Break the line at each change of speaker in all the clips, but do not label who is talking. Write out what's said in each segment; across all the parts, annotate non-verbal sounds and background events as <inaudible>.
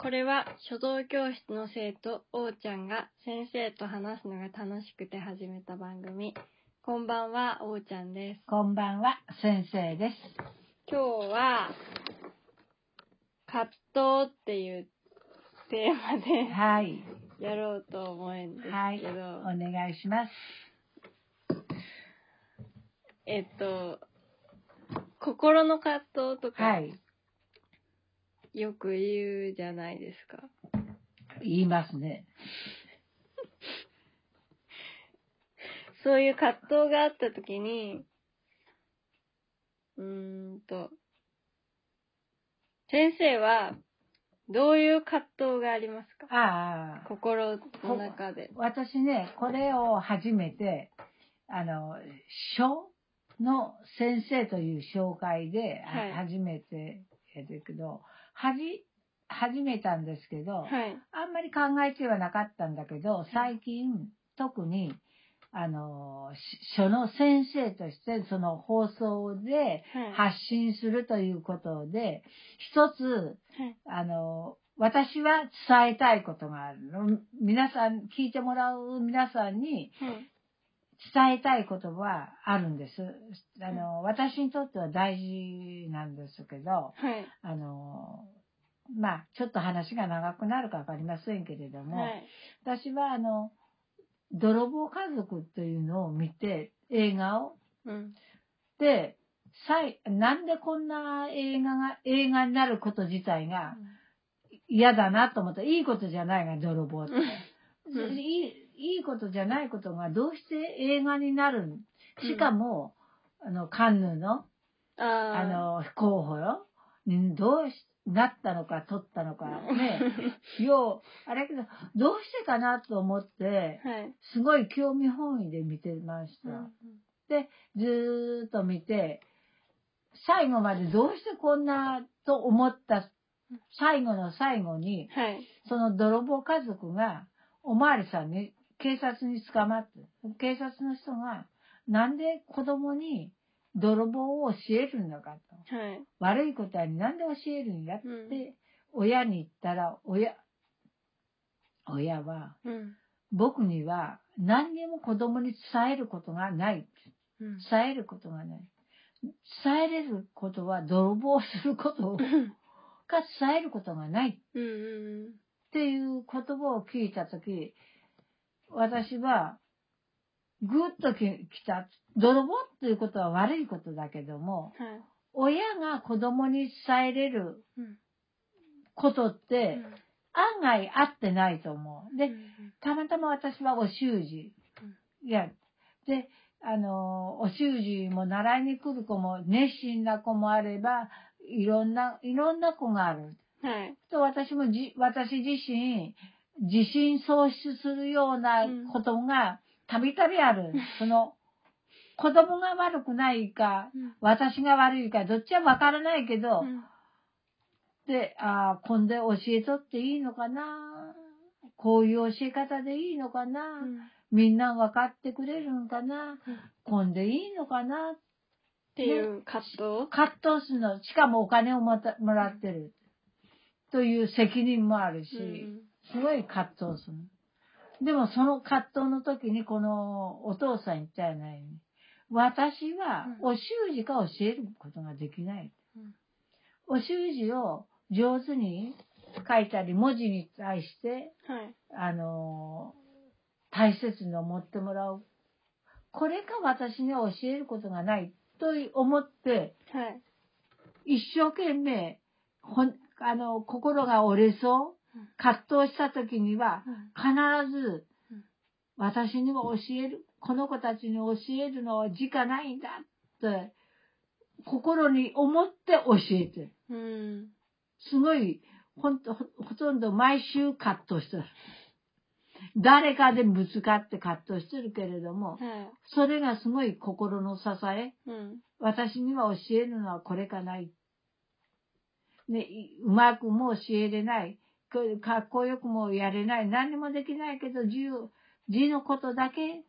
これは書道教室の生徒、おーちゃんが先生と話すのが楽しくて始めた番組。こんばんは、おーちゃんです。
こんばんは、先生です。
今日は、葛藤っていうテーマで
はい。
やろうと思うんです
はい。
けど、
お願いします。
えっと、心の葛藤と
は
か
い。
よく言うじゃないですか。
言いますね。
そういう葛藤があった時に、うーんと、先生は、どういう葛藤がありますか
ああ、
心の中で。
私ね、これを初めて、あの、書の先生という紹介で、あ
はい
初めてやるけど、はじ、始めたんですけど、
はい。
あんまり考えてはなかったんだけど、最近、特に、あの、し書の先生として、その放送で
はい。
発信するということで、一つ、あの、私は伝えたいことがあるの。皆さん、聞いてもらう皆さんに
はい。
伝えたいことはあるんです。あの、私にとっては大事なんですけど、
はい。
あの、まあ、ちょっと話が長くなるかわかりませんけれども、
はい。
私はあの、泥棒家族というのを見て、映画を、
うん。
で、さいなんでこんな映画が、映画になること自体が嫌だなと思った。いいことじゃないが、泥棒って。
うん
いい、いいことじゃないことがどうして映画になるんしかも、あの、カンヌの、
あ
あ
あ。
の、候補よ。んどうし、なったのか、取ったのか、ね。よう、あれだけど、どうしてかなと思って、
<laughs> はい。
すごい興味本位で見てまし
う
た。
ん
ずーっと見て、最後までどうしてこんなと思った最後の最後に、
はい。
その泥棒家族がおまわりさんに、警察に捕まって、警察の人が、なんで子供に泥棒を教えるのかと。
はい。
悪いことはなんで教えるんだって、
うん
親に言ったら、親、親は、
うん。
僕には何にも子供に伝えることがない。
うん。
伝えることがない。伝えれることは泥棒することをが伝えることがないっ
うん。うん。
ていう言葉を聞いたとき、私はぐっとききた。泥棒っていうことは悪いことだけども、
はい。
親が子供に伝えれる
うん。
ことっ
う
て
ん
案外合ってないと思う。で
う、ん
たまたま私はお習字いや、で、あの、お習字も習いに来る子も、熱心な子もあれば、いろんな、いろんな子がある。
はい。
と、私もじ、私自身、自信喪失するようなことが、たびたびある。その、子供が悪くないか、
うん
私が悪いか、どっちはわからないけど、
うん
で、ああ、こんで教えとっていいのかなこういう教え方でいいのかな、
うん
みんな分かってくれるんかな
うん
混んでいいのかな
っていう葛藤
葛藤するの。しかもお金をもたもらってる。という責任もあるし、すごい葛藤する。でもその葛藤の時にこのお父さん言ったよね。私は
う
お習字か教えることができない。
うん
お習字を上手に書いたり文字に対して
はい。
あのー大切に思ってもらう。これか私に教えることがないと思って、
はい。
一生懸命、ほん、あの、心が折れそう
うん、
葛藤した時には、必ず
うん、
私にも教える、この子たちに教えるのは時間ないんだって、心に思って教えてる。
うん。
すごい、ほんと、ほほとんど毎週葛藤してる。誰かでぶつかって葛藤してるけれども、
は
それがすごい心の支え。
い。うん。
私には教えるのはこれかない。ね、いうまくも教えれない。こうかっこよくもやれない。何にもできないけど、字を字のことだけ、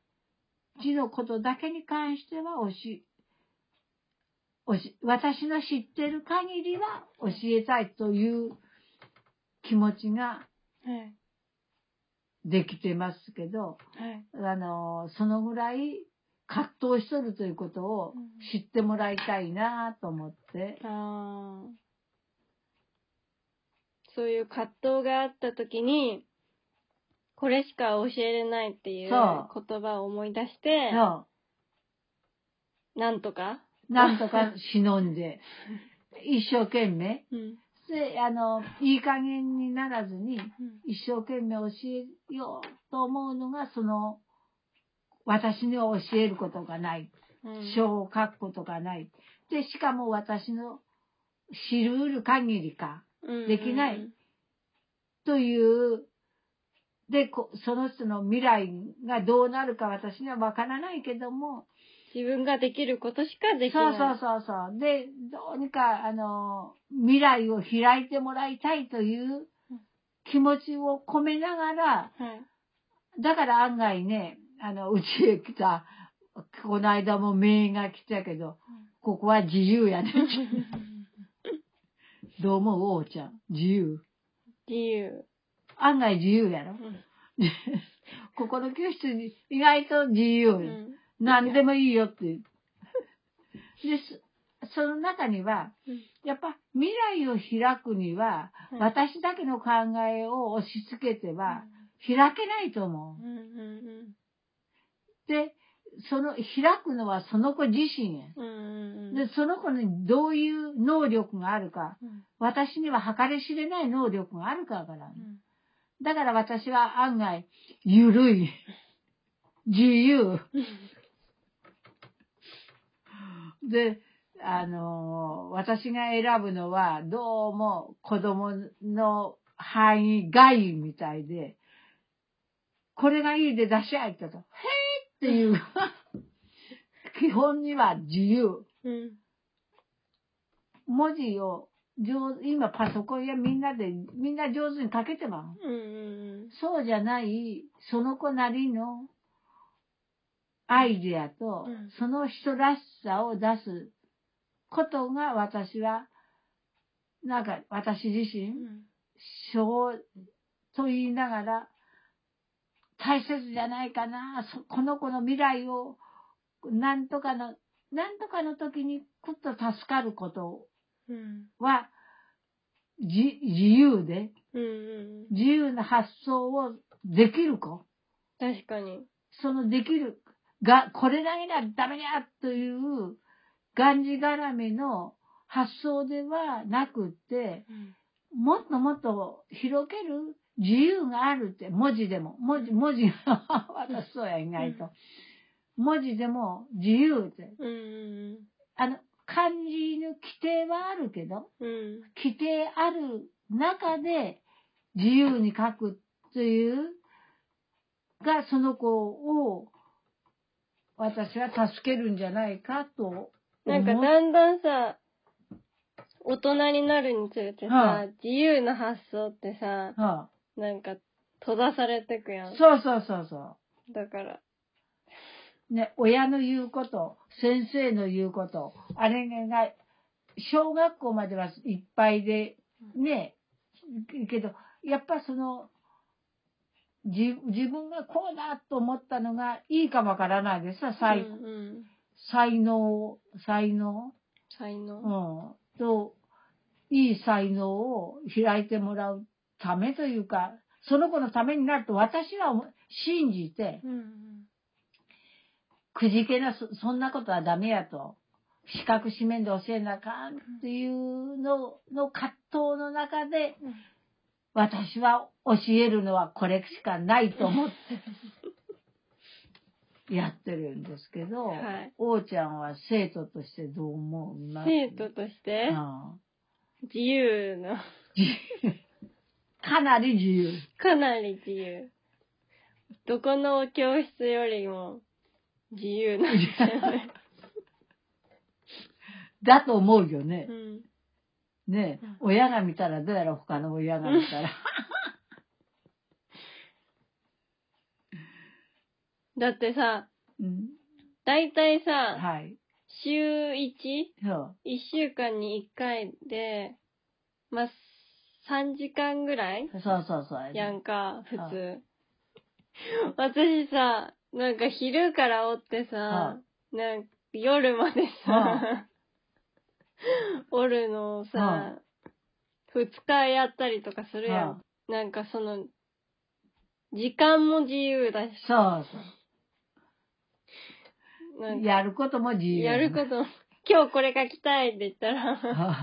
字のことだけに関しては教え、教え私の知ってる限りは教えたいという気持ちが
はい。
できてますけど、
はい。
あの、そのぐらい葛藤しとるということを知ってもらいたいなと思って、
ああ。そういう葛藤があった時に、これしか教えれないっていう
そ
言葉を思い出して、
そ
なんとか。
う、なんとか忍んで、一生懸命、
うん。
で、あの、いい加減にならずに、
うん
一生懸命教えようと思うのが、その、私には教えることがない。
うん
書を書くことがない。で、しかも私の知るうる限りか、できな。
うんうん
いという、で、こその人の未来がどうなるか私にはわからないけども、
自分ができることしか
そ
で
う
きない。
そうそうそう。で、どうにか、あの、未来を開いてもらいたいという気持ちを込めながら、
はい。
だから案外ね、あの、うちへ来た、この間もメールが来たけど、ここは自由やね。どう思う、王ちゃん。自由。
自由。
案外自由やろ
う。ん
ここの教室に意外と自由よ。
うん
何でもいいよって。で、そその中には、やっぱ未来を開くには、
うん
私だけの考えを押し付けては開けないと思
う
う。
んうん
で、その開くのはその子自身や。
うんうんうん
で、その子にどういう能力があるか、
うん
私には計り知れない能力があるかわからん
う。ん
だから私は案外、ゆるい、自由。で、あのー私が選ぶのは、どうも子供の範囲外みたいで、これがいいで出し合ったと、へーっていう。基本には自由。
うん
文字を上今パソコンやみんなで、みんな上手に書けてます。
うんうん
そうじゃない、その子なりのアイデアと、
うん
その人らしさを出すことが私は、なんか私自身
う、ん
小と言いながら、大切じゃないかな、そこの子の未来を、なんとかの、なんとかの時にくっと助かること
うん
は、じ自由で、
うんうん
自由な発想をできる子。
確かに
そのできる、が、これだけならダメだという、がんじがらめの発想ではなくって、もっともっと広げる自由があるって、文字でも、文字、文字が、私そうや、意外と。文字でも自由って。
うんうん
あの、漢字の規定はあるけど、
うん
規定ある中で自由に書くというがその子を私は助けるんじゃないかと思う
なんかだんだんさ大人になるにつれて
は
さ自由な発想ってさ
は
なんか閉ざされてくや
あ
ん
そうそうそうそ
だから
う。ね、親の言うこと、先生の言うこと、あれが、小学校まではいっぱいで、ね、けど、やっぱその、じ自分がこうだと思ったのがいいかわからないでさ、最
うんうん
才能、才能、
才
う
能
ん、と、いい才能を開いてもらうためというか、その子のためになると私は思う信じて、
うんうん
くじけなそ、そんなことはダメやと、資格紙面で教えなあかんっていうのの葛藤の中で、
うん
私は教えるのはこれしかないと思って、 <laughs> やってるんですけど、
はい
王ちゃんは生徒としてどう思う
生徒として
うん
自由の
自由かなり自由。
かなり自由。どこの教室よりも自由なんですよね。
だと思うよね
う。ん。
ねえ
うん
親が見たらどうやら他の親が見たら。
だってさ、
うん、
だいたいさ、
はい。
週 1?1
そう。
週間に1回で、まあ、 3時間ぐらい
そうそうそう。
やんか、普通。私さ、なんか昼からおってさ、なんか夜までさ、おるのをさ、二日やったりとかするやん。なんかその、時間も自由だし、
そうそ
な
う。
んか
やることも自由。
やること、今日これ書きたいって言ったら、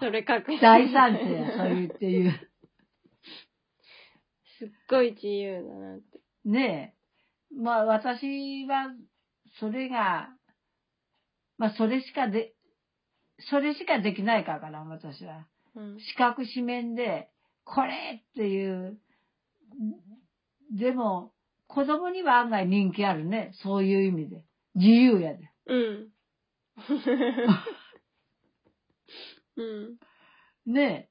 それ書くし。
<laughs> 大賛成や、そういうっていう。
<laughs> すっごい自由だなって。
ねえ。まあ私は、それが、まあそれしかで、それしかできないからかな、私は。
うん。
四角四面で、これっていう。でも、子供には案外人気あるね。そういう意味で。自由やで。
うん。 <laughs> うん。
ね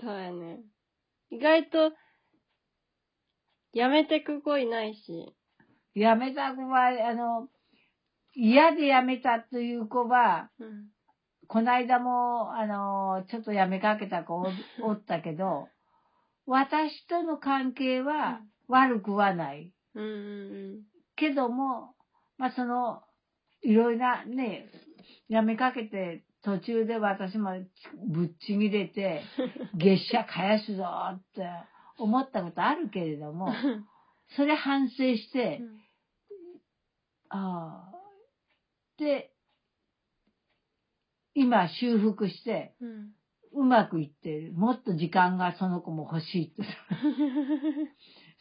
そうやね。意外と、やめてく子いないし。
え。やめた子は、あの、嫌でやめたという子は、
うん。
こないだも、あの、ちょっとやめかけた子おおったけど、私との関係は悪くはない。
うんうん
けども、まあ、その、いろいろなね、やめかけて、途中で私もぶっちぎれて、月謝返すぞって思ったことあるけれど
<laughs>
も、それ反省して、
うん。
ああ。で、今修復して、
うん。
うまくいってる。もっと時間がその子も欲しいって。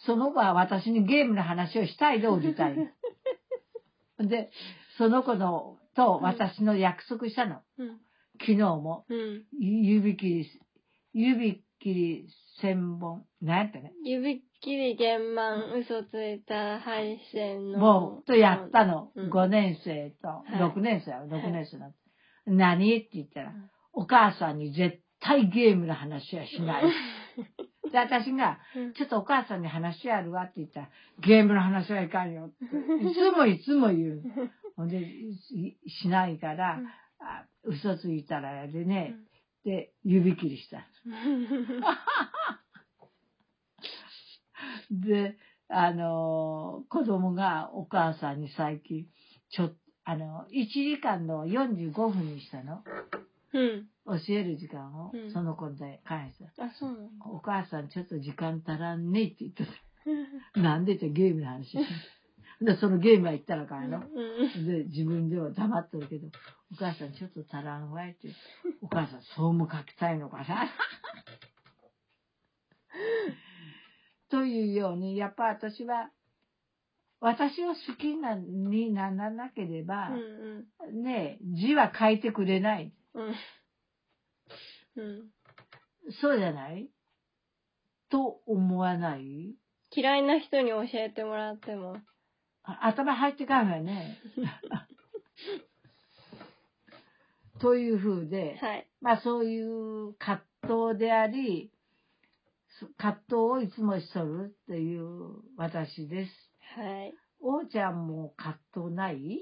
その子は私にゲームの話をしたいでおじたい。
<laughs>
で、その子のと私の約束したの。
うん。
昨日も。
うん。
指切り、指切り千本。何やったね。
指っきり幻満、嘘ついた配線の。
もう、とやったの。
うん
5年生と
い
6年生は
はい
6年生だった。何って言ったら
うん、
お母さんに絶対ゲームの話は
<laughs>
しない。で、私が、
うん。
ちょっとお母さんに話あるわって言ったら、ゲームの話はいかんよって。いつもいつも言う。ほんで、ししないから、
うん
あ嘘ついたらやでね、で、指切りした。で、あのー子供がお母さんに最近、ちょ、あの、1時間の45分にしたの。
うん。
教える時間を
うん、
その子で返した。
あ、そうなの
お母さんちょっと時間足らんねって言ったの。なんでってゲームの話。
<laughs>
で、そのゲームは言ったらあかんの。
うん。
で、自分では黙っとるけど、お母さんちょっと足らんわいって。お母さん、そうも書きたいのかな。 <laughs> というように、やっぱ私は、私を好きなにならなければ
う、ん。
ねえ、字は書いてくれない。
うん。うん。
そうじゃないと思わない
嫌いな人に教えてもらっても。
あ頭入ってかんわ
<laughs>
ね。 <laughs> というふうで、
はい。
まあそういう葛藤であり、そ葛藤をいつもしとるっていう私です。
はい。
おうちゃんも葛藤ない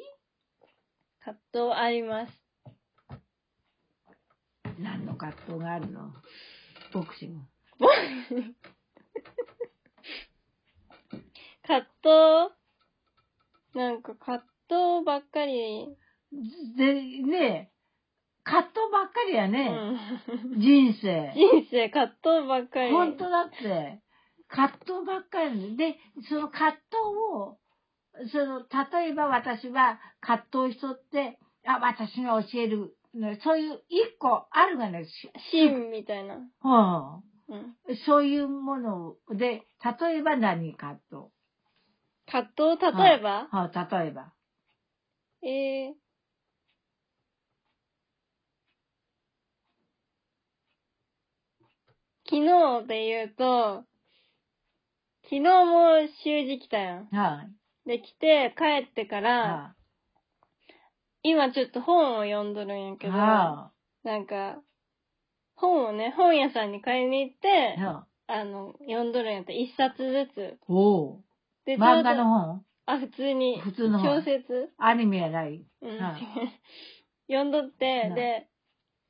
葛藤あります。
何の葛藤があるのボクシング。
葛藤なんか葛藤ばっかり。
で、ねえ葛藤ばっかりや
う
ね。
ん。
人生。
人生葛藤ばっかり。
本当だって、葛藤ばっかりで、でその葛藤を、その、例えば私は葛藤しとって、あ、私が教える、ねそういう一個あるがね、し
芯みたいな。
うん
うん。
そういうもので、例えば何葛藤
葛藤、例えば、
は例えば。
えー、昨日で言うと、昨日も習字来たやん。
はい。
で、来て、帰ってから、
は
今ちょっと本を読んどるんやけ
い。
ど、
は
なんか、本をね、本屋さんに買いに行って
い。、は
あの、読んどるんやった。一冊ずつ。
い。おう
で、ちょう
漫
ど
画の本
あ、普通に、
普通の
小
本
説
アニメやない
うん
は
<laughs> 読んどって
う、ん
で、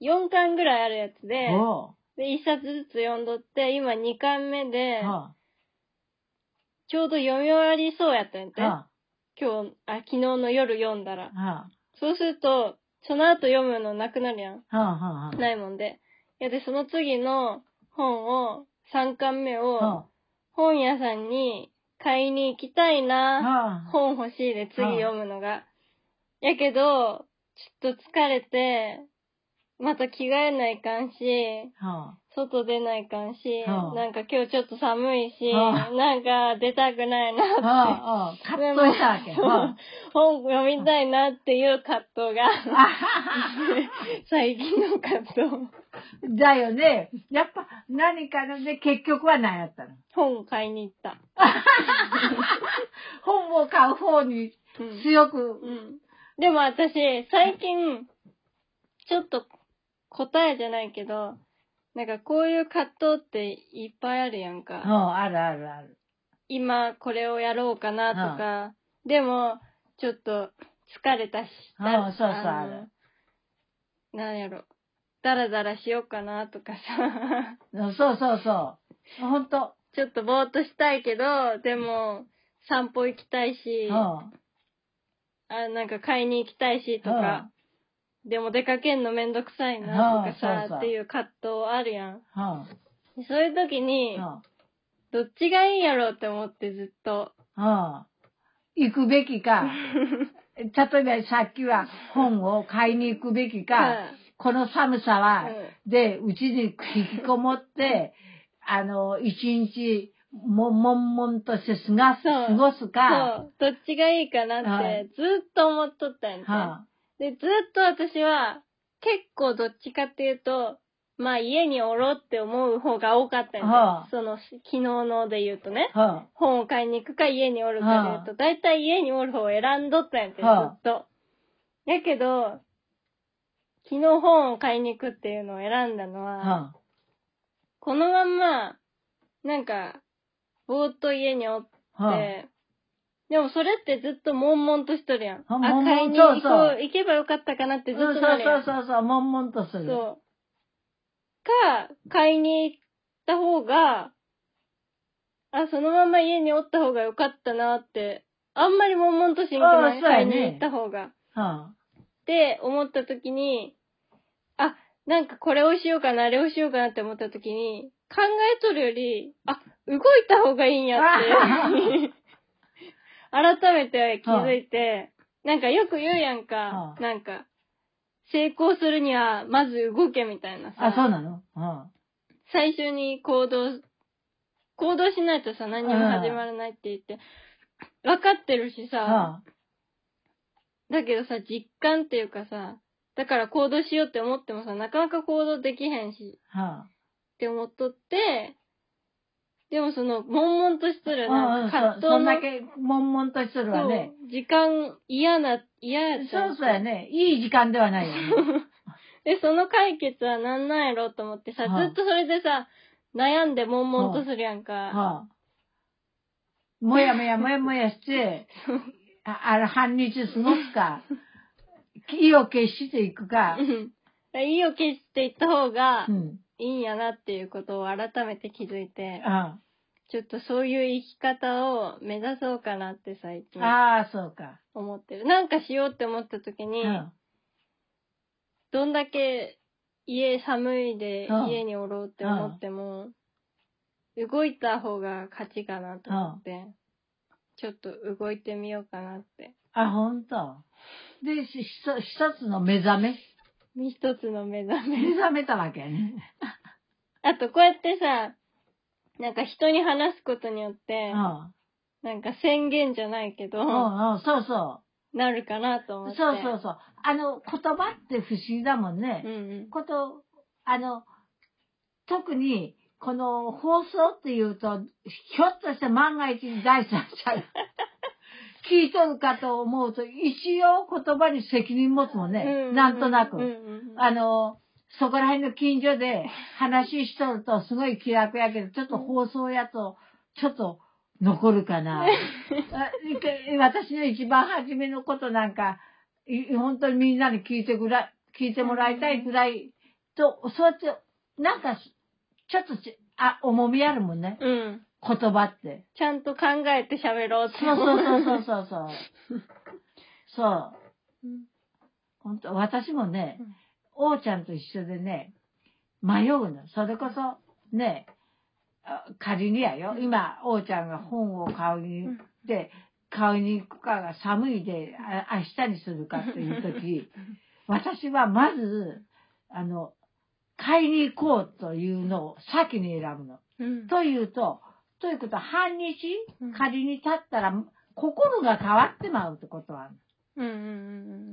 4巻ぐらいあるやつで、
おう
で、一冊ずつ読んどって、今二巻目で、
は
ちょうど読み終わりそうやったんやって。
あ、は
今日、あ、昨日の夜読んだら
あ、。は
そうすると、その後読むのなくなるやん。
あ、はあ、はあ、
ないもんで。いや、で、その次の本を、3巻目を、
は
本屋さんに買いに行きたい
あ、
な。
は
本欲しいで、次
うん
読むのが。やけど、ちょっと疲れて、また着替えないかんし、
あ、は
外出ないかんし、
うん
なんか今日ちょっと寒いし、
うん
なんか出たくない
あ、
なって、
はあ、葛藤したわけ。
そう
は
本読みたいなっていう葛藤が、
ああはは <laughs>
最近の葛藤。
だよね。やっぱ何かのね、結局は何やったの
本を買いに行った。
本を買う方に
うん。
強く、
うん。でも私、最近、ちょっと答えじゃないけど、なんかこういう葛藤っていっぱいあるやん
う
か。
ん、あるあるある。
今これをやろうかなとか、でも、ちょっと疲れたし、
うん
だ
そうそう
の
ある
なんやろ、だらだらしようかなとかさ、 <laughs>
うんそうそうそう。ほんと。
ちょっとぼーっとしたいけど、でも、散歩行きたいし
う、ん。うん
あなんか買いに行きたいしとか、でも出かけんのめんどくさいなとか
うん
さ、
そうそう
っていう葛藤あるやん。
うん。
そういう時に
う、ん。
どっちがいいんやろうって思ってずっと。
うん。行くべきか。例えばさっきは本を買いに行くべきか、この寒さは、で、うちに引きこもって、あの、一日、も、もんもんとして過ごす
そう
過ごすか、
そう、どっちがいいかなって、
はい
ずっと思っとったんやて、
は
で、ずっと私は、結構どっちかっていうと、まあ家におろうって思う方が多かったんやて、
はい
その、昨日ので言うとね、
あ、は
本を買いに行くか家におるかで言うと、だいたい家におる方を選んどったんやて、ず
は
っと。やけど、昨日本を買いに行くっていうのを選んだの
あ、
は、
は
このまんま、なんか、ぼーっと家におっ
あ、はあ、
で、でもそれってずっと悶々としとるやん。
あ
あ、
悶々
買いに行こう
そうそう
行けばよかったかなって
そう
ずっと
そう
なるやん。
そうそう、もんもんとする。
そうか、買いに行った方が、あ、そのまま家におった方がよかったなって、あんまり悶々としんくな
あ
い、
そうや
買
ね
いに行った方が。っ
は
て思った時に、あ、なんかこれをしようかな、あれをしようかなって思った時に、考えとるより、あ、動いた方がいいんやって。改めて気づいて、なんかよく言うやんか
は、あ
なんか、成功するには、まず動けみたいな
あ、あ、そう
さ、
なのは
最初に行動、行動しないとさ、何も始まらないって言って、分かってるし
あ、
さ、
は
だけどさ、実感っていうかさ、だから行動しようって思ってもさ、なかなか行動できへんし、
あ、はあ。
って思っとって、でもその、悶々としとる、
うん
な
うんん、
か葛
そう
藤
そん
の
だけ、もんもんとするわね。
そう時間、嫌な、嫌やったん
そうそうやね。いい時間ではないよね。
で、その解決はなんなんやろうと思ってさ、
はい
ずっとそれでさ、悩んで悶々とするやんか。
はあ、もやもやもやもやして、ああの、半日過ごすか、意を決していくか
う、ん。 <laughs> 意を決していった方が
うん。
いいんやなっていうことを改めて気づいて、
あ
ちょっとそういう生き方を目指そうかなって最近
あー、そうか。
思ってる。なんかしようって思った時
う
に、
ん。
どんだけ家寒いで
うん
家におろうって思っても、動いた方が勝ちかなと思って、ちょっと動いてみようかなって。
あ、ほんと。で、しひと一つの目覚め。
一つの目覚め。
目覚めたわけやね。
あとこうやってさ、なんか人に話すことによっ
う
て
ん。、
なんか宣言じゃないけど、
うんうん、そうそ
なるかなと
う。
思
そう
って。
そうそう。あの、言葉って不思議だもんね。
うんうん。
こと、あの、特に、この放送っていうと、ひょっとして万が一第
<laughs>
三者が聞いとるかと思うと、一応言葉に責任持つもんね。
うんうん
なんとなく。
うんうんうん
あの、そこら辺の近所で話しとるとすごい気楽やけど、ちょっと放送やと、ちょっと残るか <laughs> な。あ一回私の一番初めのことなんか、い本当にみんなに聞いてくら、聞いてもらいたいくらいと、そうやって、なんか、ちょっとち、あ、重みあるもんね。
うん。
言葉って。
ちゃんと考えて喋ろうって
そうそうそうそうそうそう。 <laughs> そう。
<laughs> うん。
本当私もね
うん、
王ちゃんと一緒でね、迷うの。それこそ、ね、あ仮にやよ。
うん
今、王ちゃんが本を買うに行って、買いに行くかが寒いで、あ明日にするかっていう時、私はまず、あの、買いに行こうというのを先に選ぶの。
うん。
というと、ということは半日
うん
仮に経ったら、心が変わってまうってことはある。
うんう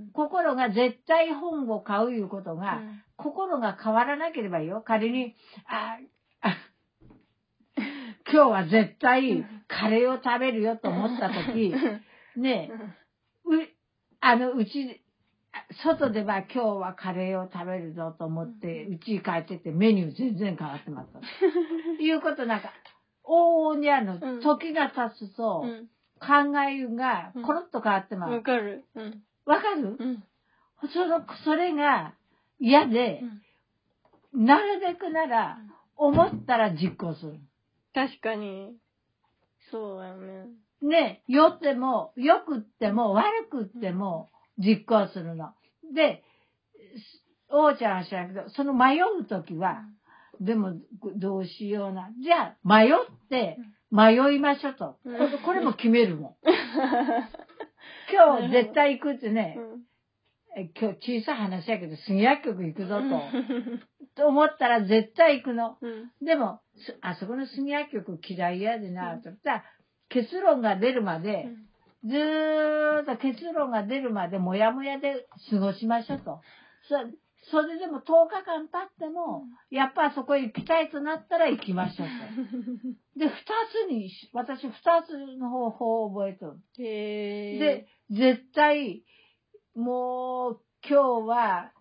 ん
心が絶対本を買ういうこと
うんう
が、
ん。
心が変わらなければいいよ。仮に、あ、あ、今日は絶対カレーを食べるよと思った時
う、ん
ねえ、う、あの、うち、外では今日はカレーを食べるぞと思って、うちに帰ってってメニュー全然変わってまった。
<laughs>
いうことなんか、往々にある
うん
の、時が経つと、
うん
考えがコロッと変わってま
わ
う。
かる。うん。
わかる
うん。
その、それが嫌で、なるべくなら、思ったら実行する。
確かに。そうだよね。
ね、酔っても、良くっても、悪くっても、実行するの。で、王ちゃんは知らんけど、その迷うときは、でも、どうしような。じゃあ、迷って、迷いましょうと。これこれも決めるもん。今日絶対行くってね、え今日小さい話やけど、杉薬局行くぞと。と思ったら絶対行くの。
うん。
でも、すあそこの杉薬局嫌いやでな、とったら、結論が出るまで、ずーっと結論が出るまで、もやもやで過ごしましょうと。そそれでも10日間経っても、やっぱそこへ行きたいとなったら行きましょうと。で、2つにし、私2つの方法を覚えとる。
へえ。
で、、絶対、もう今日は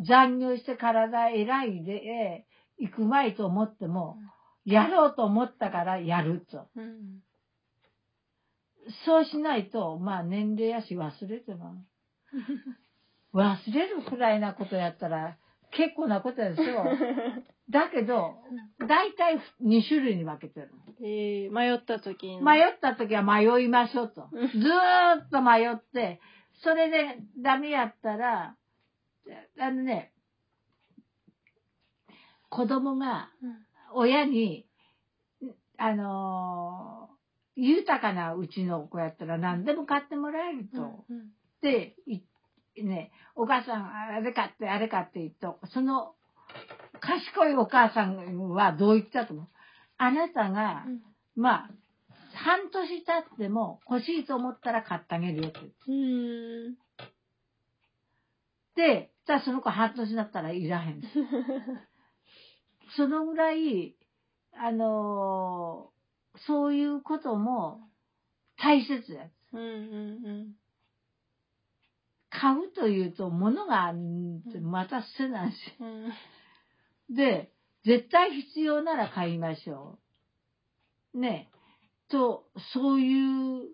残業して体偉いで、えー行くまいと思っても、やろうと思ったからやると。
うん。
そうしないと、まあ年齢やし忘れてまう。忘れるくらいなことやったら結構なことやでしょ。だけど、大体2種類に分けてる。
えー、迷った時に。
迷った時は迷いましょうと。ず
うん
ーっと迷って、それでダメやったら、あのね、子供が
うん
親に、あのー豊かなうちの子やったら何でも買ってもらえると。
うん
で、いね、お母さん、あれ買って、あれ買って言うと、その、賢いお母さんはどう言ったと思うあなたが、
うん
まあ、半年経っても欲しいと思ったら買ってあげるよって
うん。
言って。で、じゃあその子半年だったらいらへん。そのぐらい、あのーそういうことも大切や。
うんうんうん。
買うというと物がうんまた捨てないし。
うん
で、絶対必要なら買いましょう。ね。と、そういう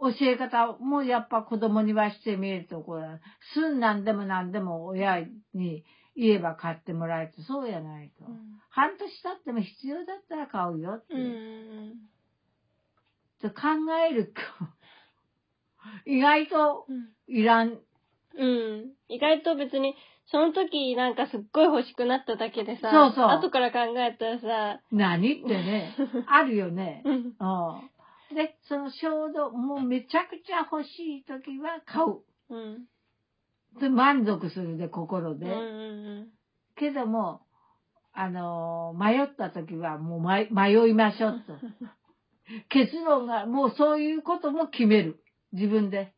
教え方もやっぱ子供にはしてみるところすんなんでもなんでも親に言えば買ってもらえるとそうやないと。半年経っても必要だったら買うよって。
うんうん
と考えると、意外と
うん。
いらん。
うん。意外と別に、その時なんかすっごい欲しくなっただけでさ、
そうそう
後から考えたらさ、
何ってね、あるよ
<laughs>
ね。
うん。
うんで、その衝動、もうめちゃくちゃ欲しい時は買う。
うん。
で、満足するで、心
うん
で。
うん
けども、あのー迷った時はもう迷迷いましょう
<laughs>
と。結論が、もうそういうことも決める。自分で。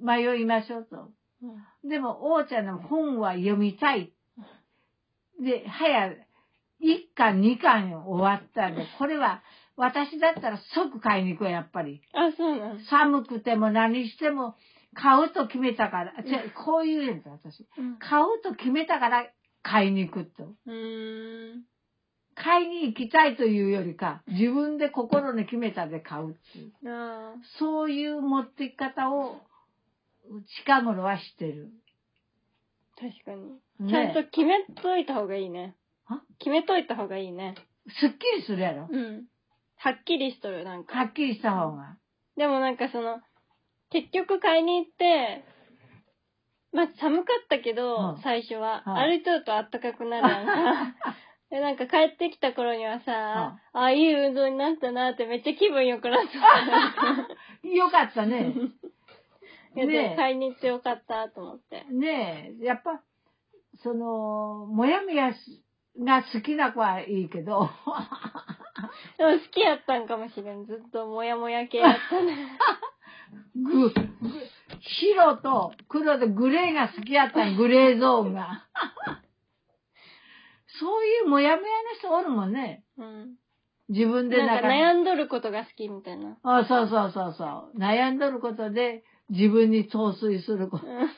迷いましょうと。
うん。
でも、王ちゃんの本は読みたい。で、早、一巻二巻終わったんで、これは、私だったら即買いに行くよ、やっぱり。
あ、そうなの
寒くても何しても、買うと決めたから、違うこういうやつ、私。
うん。
買うと決めたから、買いに行くと。
うーん。
買いに行きたいというよりか、自分で心に決めたで買うっていう。
あー
そういう持ってき方を、近頃はしてる。
確かに。ちゃんと
ね、
決めといた方がいいね
あ。
決めといた方がいいね。
すっきりするやろ。
うん。はっきりしとる、なん
は
か。
っきりした方が。
でもなんかその、結局買いに行って、まあ寒かったけど、
うん
最初は。
はい
歩いとると暖かくなるやんか。で、なんか帰ってきた頃にはさ、あ、いい運動になったなってめっちゃ気分良くな <laughs> った。
よかったね。
いやでも
ね
買いに行ってよかったと思って。
え、ねえ、やっぱ、その、もやもやしが好きな子はいいけど、
でも好きやったんかもしれん。ずっとモヤモヤ系やったね。
ぐ、ぐ白と黒とグレーが好きやったん、グレーゾーンが。そういうもやもやの人おるもんね。
うん。
自分で
なんか
に
悩んどることが好きみたいな。
あそうそうそうそう。悩んどることで自分に陶酔すること
う。ん。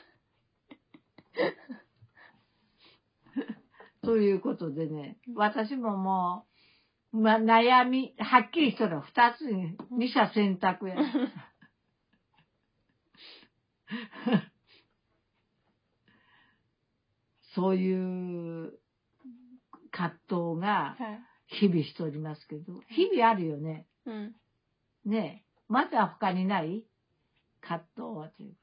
ということでね、私ももう、まあ、悩み、はっきりしとる。二つに、二者選択や。そういう葛藤が
はい。
日々しておりますけど、日々あるよね。
うん。
ねえまずは他にない葛藤はという。